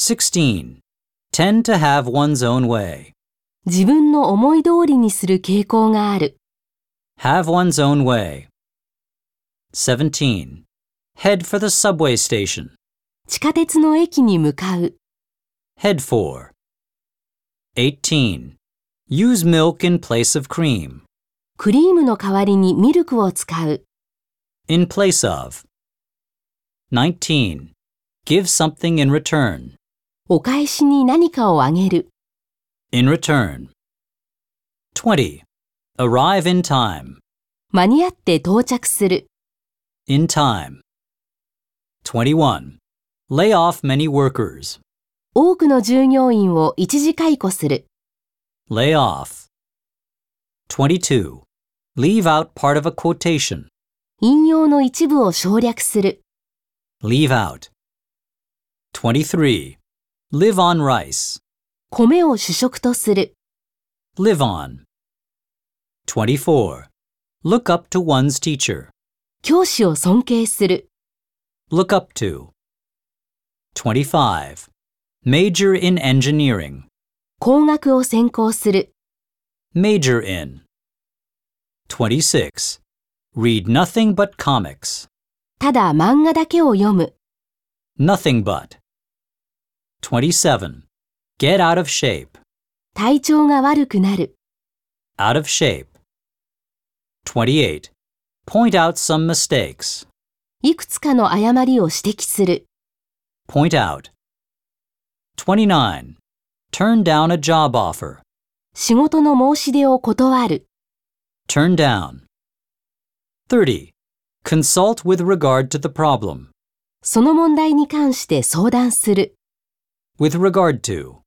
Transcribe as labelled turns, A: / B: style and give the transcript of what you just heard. A: 16. Tend to have one's own way.
B: 自分の思い通りにする傾向がある。
A: Have one's own way. 17. Head for the subway station.
B: 地下鉄の駅に向かう。
A: Head for. 18. Use milk in place of cream.
B: クリームの代わりにミルクを使う。
A: In place of. 19. Give something in return.
B: お返しに何かをあげる。
A: In return. 20. Arrive in time.
B: 間に合って到着する。
A: In time. 21. Lay off many workers.
B: 多くの従業員を一時解雇する。
A: Lay off. 22. Leave out part of a quotation.
B: 引用の一部を省略する。
A: Leave out. 23. Live on rice.
B: 米を主食とする。
A: Live on. 24. Look up to one's teacher.
B: 教師を尊敬する。
A: Look up to. 25. Major in engineering.
B: 工学を専攻する。
A: Major in. 26. Read nothing but comics.
B: ただ漫画だけを読む。
A: Nothing but. 27. Get out of shape.
B: 体調が悪くなる。
A: Out of shape. 28. Point out some mistakes.
B: いくつかの誤りを指摘する。
A: Point out. 29. Turn down a job offer.
B: 仕事の申し出を断る。
A: Turn down. 30. Consult with regard to the problem.
B: その問題に関して相談する。
A: With regard to.